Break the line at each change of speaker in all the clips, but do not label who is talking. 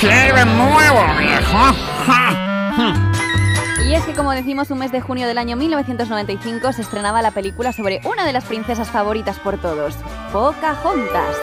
¡Quiero nuevo, viejo! Ja.
Y es que, como decimos, un mes de junio del año 1995 se estrenaba la película sobre una de las princesas favoritas por todos, Pocahontas.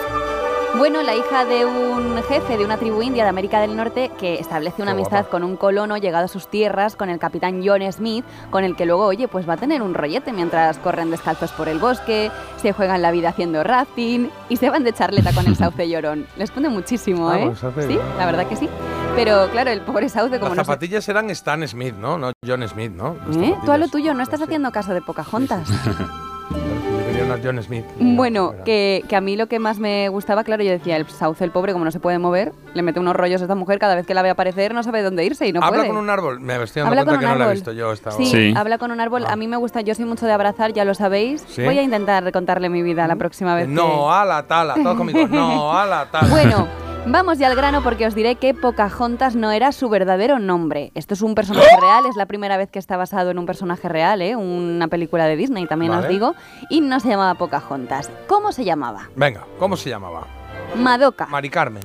Bueno, la hija de un jefe de una tribu india de América del Norte que establece una
Qué
amistad
guapa.
con un colono llegado a sus tierras, con el capitán John Smith, con el que luego, oye, pues va a tener un rollete mientras corren descalzos por el bosque, se juegan la vida haciendo rafting y se van de charleta con el sauce llorón. Les pone muchísimo,
Ah,
¿eh?
pues hace-
sí, la verdad que sí. Pero claro, el pobre sauce, como
Las
no se
zapatillas eran Stan Smith, ¿no? No John Smith, ¿no? Las
¿Eh? Tú a lo
zapatillas.
tuyo, no estás
pues Sí.
haciendo caso de Pocahontas.
Yo quería unas John Smith.
Mm, Bueno,
Era-
que, que a mí lo que más me gustaba, claro, yo decía, el sauce, el pobre, como no se puede mover, le mete unos rollos a esta mujer, cada vez que la ve aparecer no sabe dónde irse y no
Habla
puede.
con un árbol. Me estoy dando
Habla
cuenta
con
que
un
no la he
árbol.
visto yo esta
Sí,
hora.
Sí.
habla con un árbol.
Ah.
A mí me gusta, yo soy mucho de abrazar, ya lo sabéis.
Sí. Mm.
Voy a intentar contarle mi vida la próxima vez.
No, a la tala. Todos conmigo. No, a la
que-
tala.
Bueno, vamos ya al grano porque os diré que Pocahontas no era su verdadero nombre. Esto es un
¡Oh!
personaje real, es la primera vez que está basado en un personaje real, ¿eh? una película de Disney también os
Vale.
digo, y no se llamaba Pocahontas. ¿Cómo se llamaba?
Venga, ¿cómo se llamaba?
Madoka.
Mari Carmen.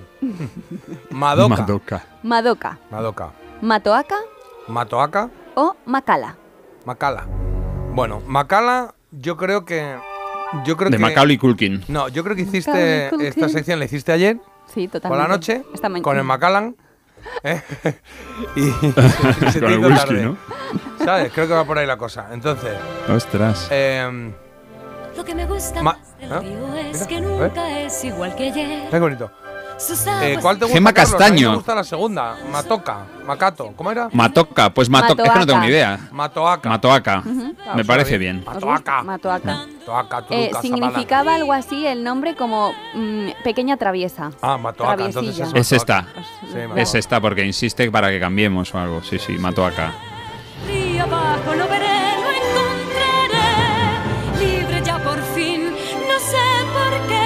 Madoka.
Madoka.
Madoka,
Madoka.
Matoaka
Matoaka.
o Macala.
Macala. Bueno, Macala, yo creo que. Yo creo
De
que.
Macaulay Culkin.
No, yo creo que
Macaulay
hiciste.
Culkin.
Esta sección la hiciste ayer,
Sí, totalmente.
por la noche,
Esta mañana.
con el Macallan. ¿eh? y se te
Con el
hizo
whisky,
tarde.
¿no?
¿Sabes? Creo que va por ahí la cosa. Entonces,
Ostras.
eh,
Lo que me gusta
Ma-
más del
¿Ah?
río es
Mira,
que
a ver.
nunca es igual que ayer.
qué bonito.
Sus
Eh,
aguas
¿Cuál te gusta?
Gemma
Carlos? A mí
Castaño.
Me gusta la segunda. Matoca. Macato. ¿Cómo era?
Matoca. Pues Matoca. Es que no tengo ni idea.
Matoaca.
Matoaca.
Ah,
Me
suena
parece bien.
¿Os
Matoaca.
gusta? Matoaka.
Matoaca,
Eh,
Turuca,
significaba algo así el nombre como mm, pequeña traviesa.
Sabana. Ah, Matoaca. Entonces
Traviesilla. Pues,
Es esta.
Matoaca. Sí,
Es
Matoaca.
esta porque insiste para que cambiemos o algo. Sí, sí, Matoaca.
río abajo lo veré, lo encontraré. Libre ya por fin, no sé por qué.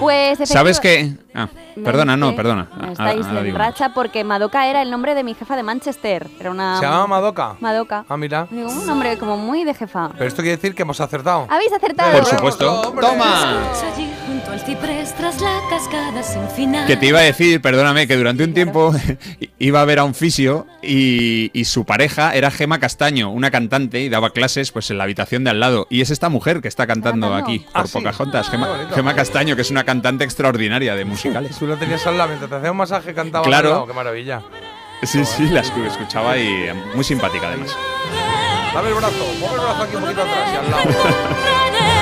Pues efectiva-
¿Sabes qué? Ah, perdona, no,
Es que
perdona. Ahora-
Estáis
ahora
en
digo.
racha porque Madoka era el nombre de mi jefa de Manchester. Era una
¿Se llamaba Madoka?
Madoka.
Ah, mira.
Digo, un nombre como muy de jefa.
Pero esto quiere decir que hemos acertado.
Habéis acertado.
Por supuesto.
Hombre.
¡Toma!
Escucho allí junto al ciprés tras la cascada sin final.
Que te iba a decir, perdóname, que durante un tiempo iba a ver a un fisio y, y su pareja era Gema Castaño, una cantante, y daba clases pues en la habitación de al lado. Y es esta mujer que está cantando
cantando?
aquí,
Ah,
por
sí.
Pocahontas,
Qué
Gema,
bonito.
Gema Castaño, que es una cantante extraordinaria de musicales.
Tú lo tenías al lado mientras te hacía un masaje cantaba.
Claro.
al lado, Qué maravilla.
Sí, sí, la escu- escuchaba y eh, muy simpática además.
Dame el brazo. Pon el brazo aquí un poquito atrás y al lado.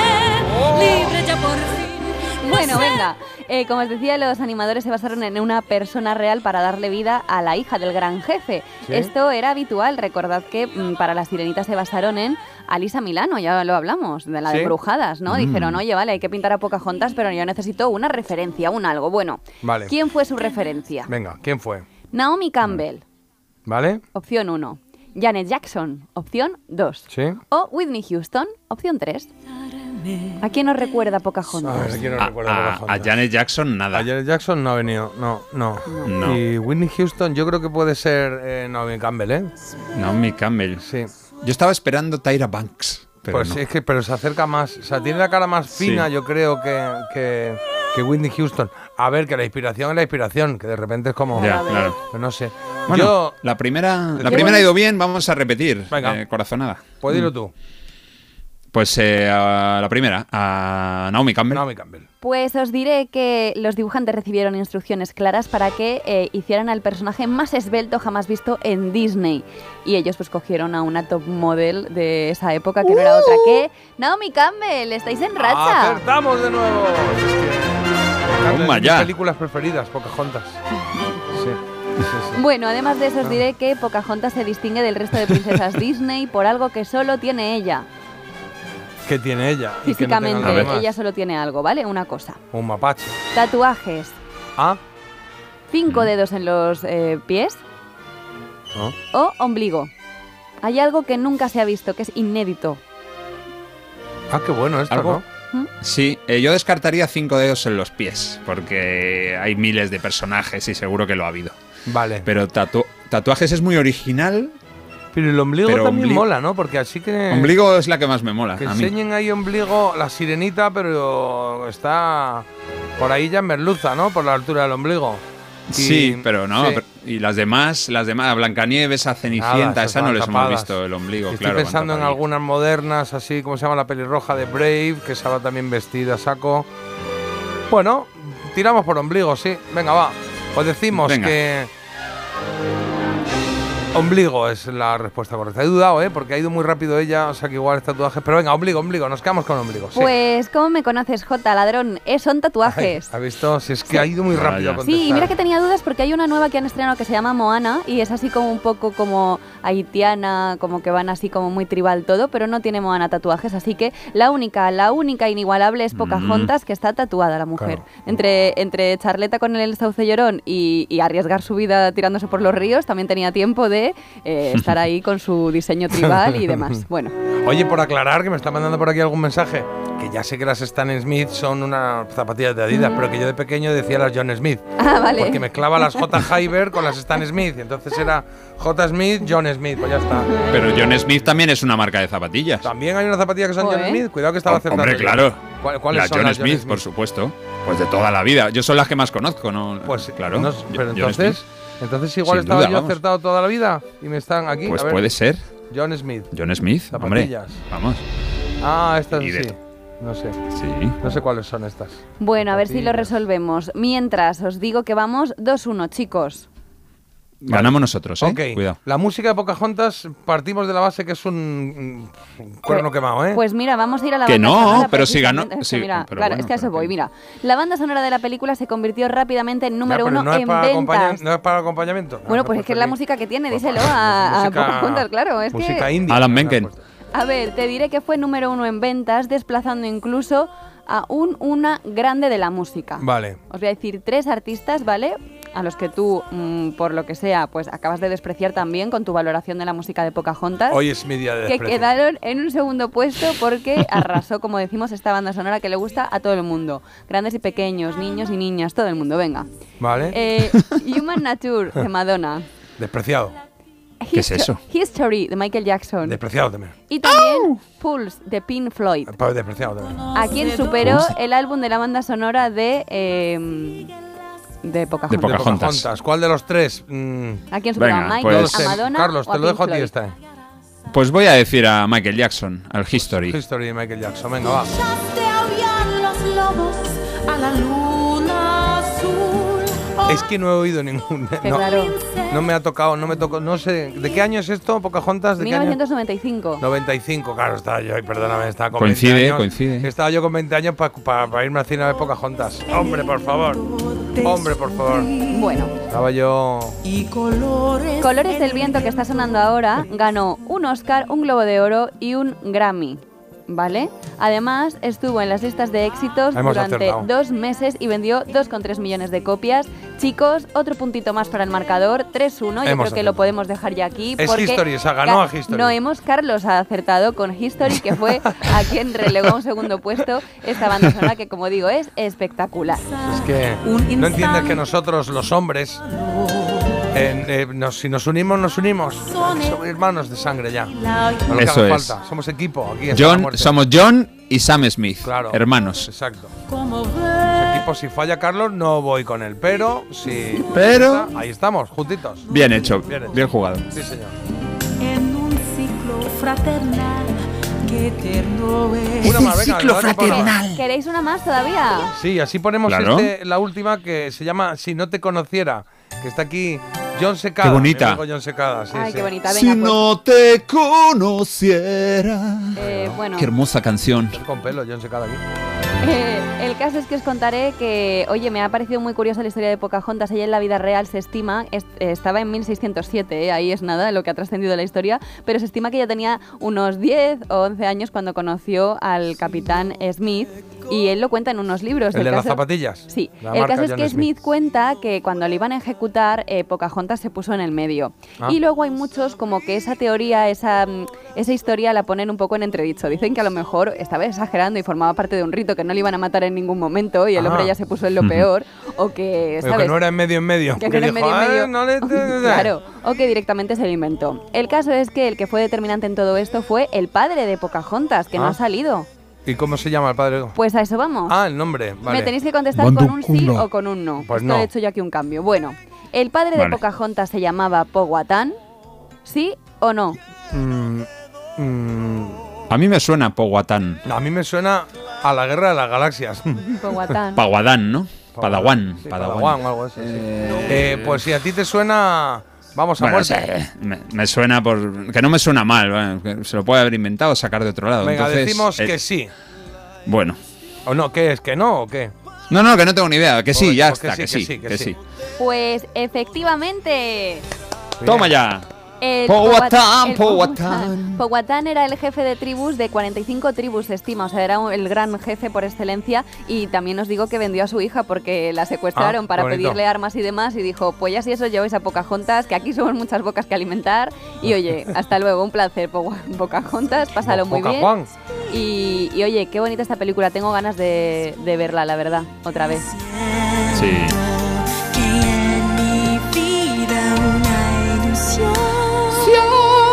Libre ya por fin.
Bueno, venga. Eh, como os decía, los animadores se basaron en una persona real para darle vida a la hija del gran jefe.
Sí.
Esto era habitual. Recordad que mm, para las sirenitas se basaron en Alisa Milano, ya lo hablamos, de la de
Sí.
Brujadas, ¿no?
Mm.
Dijeron, oye, vale, hay que pintar a Pocahontas, pero yo necesito una referencia, un algo. Bueno,
Vale.
¿quién fue su referencia?
Venga, ¿quién fue?
Naomi Campbell,
¿Vale?
opción 1. Janet Jackson, opción 2.
Sí.
O Whitney Houston, opción 3. ¿A quién nos recuerda
A
Pocahontas?
ver, aquí no
A,
recuerdo
a-
Pocahontas.
a Janet Jackson nada.
A Janet Jackson no ha venido, no, no.
No.
Y Whitney Houston, yo creo que puede ser eh, Naomi Campbell, ¿eh?
Naomi Campbell.
Sí.
Yo estaba esperando Tyra Banks, pero
pues
no.
es que, pero se acerca más. O sea, tiene la cara más
Sí.
fina, yo creo, que, que, que Whitney Houston. A ver, que la inspiración es la inspiración, que de repente es como.
Ya, claro.
Pero No sé.
Bueno,
yo.
la primera, la
Yo-
primera ha ido bien, vamos a repetir.
Venga.
eh, corazonada.
Puedes irlo tú,
Pues eh, a la primera, a Naomi Campbell.
Naomi Campbell.
Pues os diré que los dibujantes recibieron instrucciones claras para que eh, hicieran al personaje más esbelto jamás visto en Disney. Y ellos pues cogieron a una top model de esa época que no era otra que Naomi Campbell. Estáis
Ah,
en racha.
¡Acertamos de nuevo! Es que-
Toma
Es de mis
ya.
películas preferidas, Pocahontas. Sí. sí, sí.
Bueno, además de eso os diré que Pocahontas se distingue del resto de princesas Disney por algo que solo tiene ella.
¿Qué tiene ella? Y que no tengan
Físicamente,
los demás.
ella solo tiene algo, ¿vale? Una cosa.
Un mapache.
Tatuajes.
Ah, Mm.
Cinco dedos en los eh, pies
no.
o ombligo. Hay algo que nunca se ha visto, que es inédito.
Ah, qué bueno esto,
¿Algo?
¿no?
Sí, eh, yo descartaría cinco dedos en los pies, porque hay miles de personajes y seguro que lo ha habido.
Vale.
Pero tatu- tatuajes es muy original.
Pero el ombligo
Pero
también
ombligo-
mola, ¿no? Porque así que.
Ombligo es la que más me mola.
Eh. Que
a mí.
enseñen ahí ombligo la sirenita, pero está. Por ahí ya es merluza, ¿no? Por la altura del ombligo. Y-
Sí, pero no.
sí.
pero- y las demás, las demás, a Blancanieves, a Cenicienta,
Nada, esas
esa no
van
les hemos
tapadas.
visto el ombligo,
Estoy
claro. van
pensando en
tapadillas.
algunas modernas, así como se llama la pelirroja de Brave, que se va también vestida, a saco. Bueno, tiramos por ombligo, sí. Venga, va. Pues decimos
Venga.
que. Ombligo es la respuesta correcta. He dudado, ¿eh? Porque ha ido muy rápido ella, o sea que igual es tatuaje. Pero venga, ombligo, ombligo, nos quedamos con ombligo. sí.
Pues, ¿cómo me conoces, J, ladrón? Eh, son
Ay,
tatuajes.
¿Ha visto? Si es que ha ido muy
Vaya.
rápido. a
Sí, y
contestar.
mira que tenía dudas porque hay una nueva que han estrenado que se llama Moana y es así como un poco como haitiana, como que van así como muy tribal todo, pero no tiene Moana tatuajes, así que la única, la única inigualable es Pocahontas que está tatuada la mujer.
Mm. Claro.
Entre, entre charleta con el sauce llorón y, y arriesgar su vida tirándose por los ríos, también tenía tiempo de eh, estar ahí con su diseño tribal y demás. Bueno,
Oye, por aclarar, que me está mandando por aquí algún mensaje, que ya sé que las Stan Smith son unas zapatillas de Adidas, pero que yo de pequeño decía las John Smith.
ah, vale.
Porque mezclaba las J. Hyber con las Stan Smith, y entonces era J. Smith, John Smith, pues ya está.
Pero John Smith también es una marca de zapatillas.
También hay una zapatilla que son
Joder.
John Smith, cuidado que estaba acertando.
Hombre,
yo.
claro.
¿Cuál- ¿Cuáles
las
son
John
las
Smith, por supuesto. Pues de toda la vida. Yo son las que más conozco, ¿no?
Pues
claro.
no-
Yo-
pero
John
entonces,
Smith.
entonces igual
Sin
estaba
duda,
yo
vamos.
acertado toda la vida y me están aquí.
Pues
a ver,
puede ser.
John Smith.
John Smith,
Zapatillas.
hombre. Vamos.
Ah, estas
Y de
sí.
to-
No sé,
Sí.
no sé cuáles son estas.
Bueno, a ver si lo
Zapatillas.
resolvemos. Mientras os digo que vamos 2-1, chicos.
Ganamos nosotros, ¿eh?
Ok,
Cuidado.
la música de Pocahontas partimos de la base que es un, un cuerno quemado, ¿eh?
Pues mira, vamos a ir a la
Que
banda
no,
sonora
pero si
precisamente.
ganó-
Es que
sí,
mira,
pero
claro,
bueno,
es que a eso
pero
voy,
que-
mira. La banda sonora de la película se convirtió rápidamente en
Ya,
número
pero
uno
no es
en
para acompaña-
ventas.
no es para acompañamiento.
Bueno,
Ah,
pues
me
es que
he puesto
es la
aquí.
música que tiene,
Pues,
díselo
pues,
a, a
música-
Pocahontas, claro. Es
música
que,
india.
Alan
me han
Menken.
puesto.
a ver, te diré que fue número uno en ventas, desplazando incluso a un una grande de la música.
Vale.
Os voy a decir tres artistas, ¿vale? A los que tú, mm, por lo que sea, pues acabas de despreciar también con tu valoración de la música de Pocahontas.
Hoy es mi día de
que
desprecio.
quedaron en un segundo puesto porque arrasó, como decimos, esta banda sonora que le gusta a todo el mundo. Grandes y pequeños, niños y niñas, todo el mundo, venga.
Vale.
Eh, Human Nature de Madonna.
Despreciado.
¿Qué es eso?
History de Michael Jackson.
Despreciado también.
y también Pulse de Pink Floyd.
Pa- Despreciado también.
A quien superó el álbum de la banda sonora de. eh, de Pocahontas.
De Poca- Pocahontas.
¿Cuál de los tres? Mm,
¿A quién superó?
Venga,
¿A Michael,
pues-
no lo sé.
a Madonna?
Carlos,
o
te
a
lo
Pink
dejo a ti
Floyd?
esta. eh.
Pues voy a decir a Michael Jackson, al History.
History de Michael Jackson. Venga, va.
Echaste a aullar los lobos a la luna azul.
Es que no he oído ningún. eh,
Que
No,
claro.
no me ha tocado, no me tocó. No sé. ¿De qué año es esto? Pocahontas. ¿De qué año?
1995.
95, claro, estaba yo, ay, perdóname, estaba con
Coincide,
20 años.
coincide.
Estaba yo con 20 años para irme al cine a ver Pocahontas. Hombre, por favor. Hombre, por favor.
Bueno.
Estaba yo.
Y colores.
Colores del viento que está sonando ahora ganó un Oscar, un Globo de Oro y un Grammy. ¿Vale? Además, estuvo en las listas de éxitos
Hemos
durante
acertado.
dos meses y vendió 2,3 millones de copias. Chicos, otro puntito más para el marcador, 3-1. Yo creo
Hemos
que lo
acertado.
podemos dejar ya aquí.
Es
porque
History, esa ganó a
Ca-
History.
No hemos, Carlos ha acertado con History, que fue a quien relegó a un segundo puesto esta banda sonora que, como digo, es espectacular.
Es que
Un
no entiendes
instante.
que nosotros, los hombres, en- eh, nos- si nos unimos, nos unimos. Somos hermanos de sangre ya.
La-
No lo que
Eso
haga
es.
falta. Somos equipo. Aquí hasta la
John,
muerte.
somos John y Sam Smith,
Claro.
hermanos.
Exacto.
Como ver.
Los equipos, si falla Carlos, no voy con él. Pero si.
Pero-
Ahí estamos, juntitos.
Bien hecho,
Bien hecho.
bien jugado.
Sí, señor.
en un ciclo fraternal que eterno es.
Una más, venga, dale tiempo a una más.
¿Queréis una más todavía?
Sí, así ponemos
Claro.
este- la última que se llama Si no te conociera, que está aquí John Secada.
Qué bonita.
mi amigo John Secada, sí,
Ay,
sí.
qué bonita. Venga, pues,
te conociera.
eh, bueno.
Qué hermosa canción.
Él Con pelo, John Secada aquí.
Eh, el caso es que os contaré que, oye, me ha parecido muy curiosa la historia de Pocahontas. Ella en la vida real se estima, est- eh, estaba en 1607, eh, ahí es nada lo que ha trascendido la historia, pero se estima que ella tenía unos 10 o 11 años cuando conoció al capitán Smith y él lo cuenta en unos libros.
El de las
Pues caso-
zapatillas.
Sí,
La
el
marca
caso es
John
que
Smith.
Smith cuenta que cuando le iban a ejecutar, eh, Pocahontas se puso en el medio.
Ah.
Y luego hay muchos como que esa teoría, esa, mm, esa historia la ponen un poco en entredicho. Dicen que a lo mejor estaba exagerando y formaba parte de un rito que no le iban a matar en ningún momento y el
Ah.
hombre ya se puso en lo peor. o que,
Pero
¿sabes?
que no era en medio en medio.
Que no era en
dijo,
medio, en
"Ah,
medio".
no le-
claro, o que directamente se lo inventó. El caso es que el que fue determinante en todo esto fue el padre de Pocahontas, que no
Ah.
ha salido.
¿Y cómo se llama el padre?
Pues a eso vamos.
Ah, el nombre. Vale.
Me tenéis que contestar
Bondo
con un sí
culo.
o con un no.
Pues
Esto
no.
he hecho yo aquí un cambio. Bueno, el padre de
Vale.
Pocahontas se llamaba Powhatan. ¿Sí o no?
Mm, mm,
A mí me suena Powhatan.
a mí me suena a la guerra de las galaxias.
Powhatan.
Paguadán, ¿no? Padawan.
Sí,
Padawan.
Padawan o algo así. sí. Eh, pues si a ti te suena. Vamos a
Bueno,
muerte.
o sea, me, me suena por. que no me suena mal, bueno, que se lo puede haber inventado o sacar de otro lado.
Venga,
Entonces,
decimos
eh,
que sí.
Bueno.
¿O no? ¿Qué es? ¿Que no o qué?
No, no, que no tengo ni idea. Que sí,
Pues
ya
decimos
está, que sí, que sí.
Pues efectivamente.
Toma ya.
El
Powhatan,
el
Powhatan.
Powhatan era el jefe de tribus de 45 tribus, se estima. O sea, era un- el gran jefe por excelencia. Y también os digo que vendió a su hija porque la secuestraron
Ah,
para
bonito.
pedirle armas y demás. Y dijo, pues ya si eso lleváis a Pocahontas, que aquí somos muchas bocas que alimentar. Y oye, hasta luego, un placer, Po- Pocahontas. Pásalo muy bien.
Juan.
Y, y, oye, qué bonita esta película. Tengo ganas de, de verla, la verdad, otra vez.
Sí.
Que en mi vida una ilusión.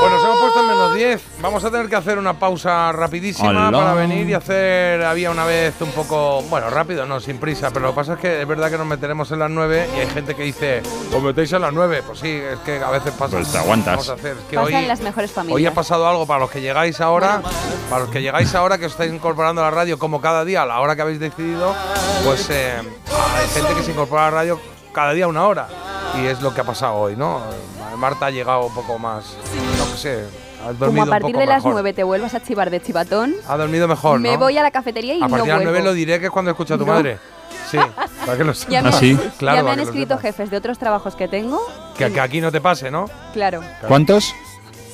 Pues nos hemos puesto en menos 10. Vamos a tener que hacer una pausa rapidísima
Hola.
para venir y hacer. Había una vez un poco. Bueno, rápido, no, sin prisa. Pero lo que pasa es que es verdad que nos meteremos en las 9 y hay gente que dice, os metéis en las 9. Pues sí, es que a veces pasa.
Pues te aguantas.
Vamos a hacer. es que
Pasan
hoy,
las mejores familias.
hoy ha pasado algo para los que llegáis ahora. Para los que llegáis ahora, que os estáis incorporando a la radio como cada día, a la hora que habéis decidido, pues eh, hay gente que se incorpora a la radio cada día una hora. Y es lo que ha pasado hoy, ¿no? Marta ha llegado un poco más. No sé. Ha dormido
Como a
un
partir
poco
de las
mejor.
9 te vuelvas a chivar de chivatón,
Ha dormido mejor,
me
¿no?
voy a la cafetería y
A
no
partir de las 9
vuelvo.
lo diré, que es cuando escucha a tu
No.
madre. Sí, para que lo sepas.
Ya me,
Ah,
han-
sí.
ya
Claro,
me
para
han
que lo
escrito
sepas.
jefes de otros trabajos que tengo.
Que, que aquí no te pase, ¿no?
Claro,
¿Cuántos?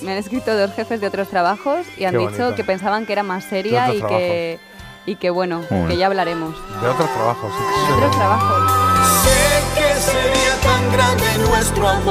me han escrito dos jefes de otros trabajos y han
Qué
dicho
bonito.
que pensaban que era más
De
seria y
otros
que, y que bueno,
Bueno.
que ya hablaremos.
De otros trabajos. sí.
De otros trabajos.
Sé que sería tan grande nuestro amor.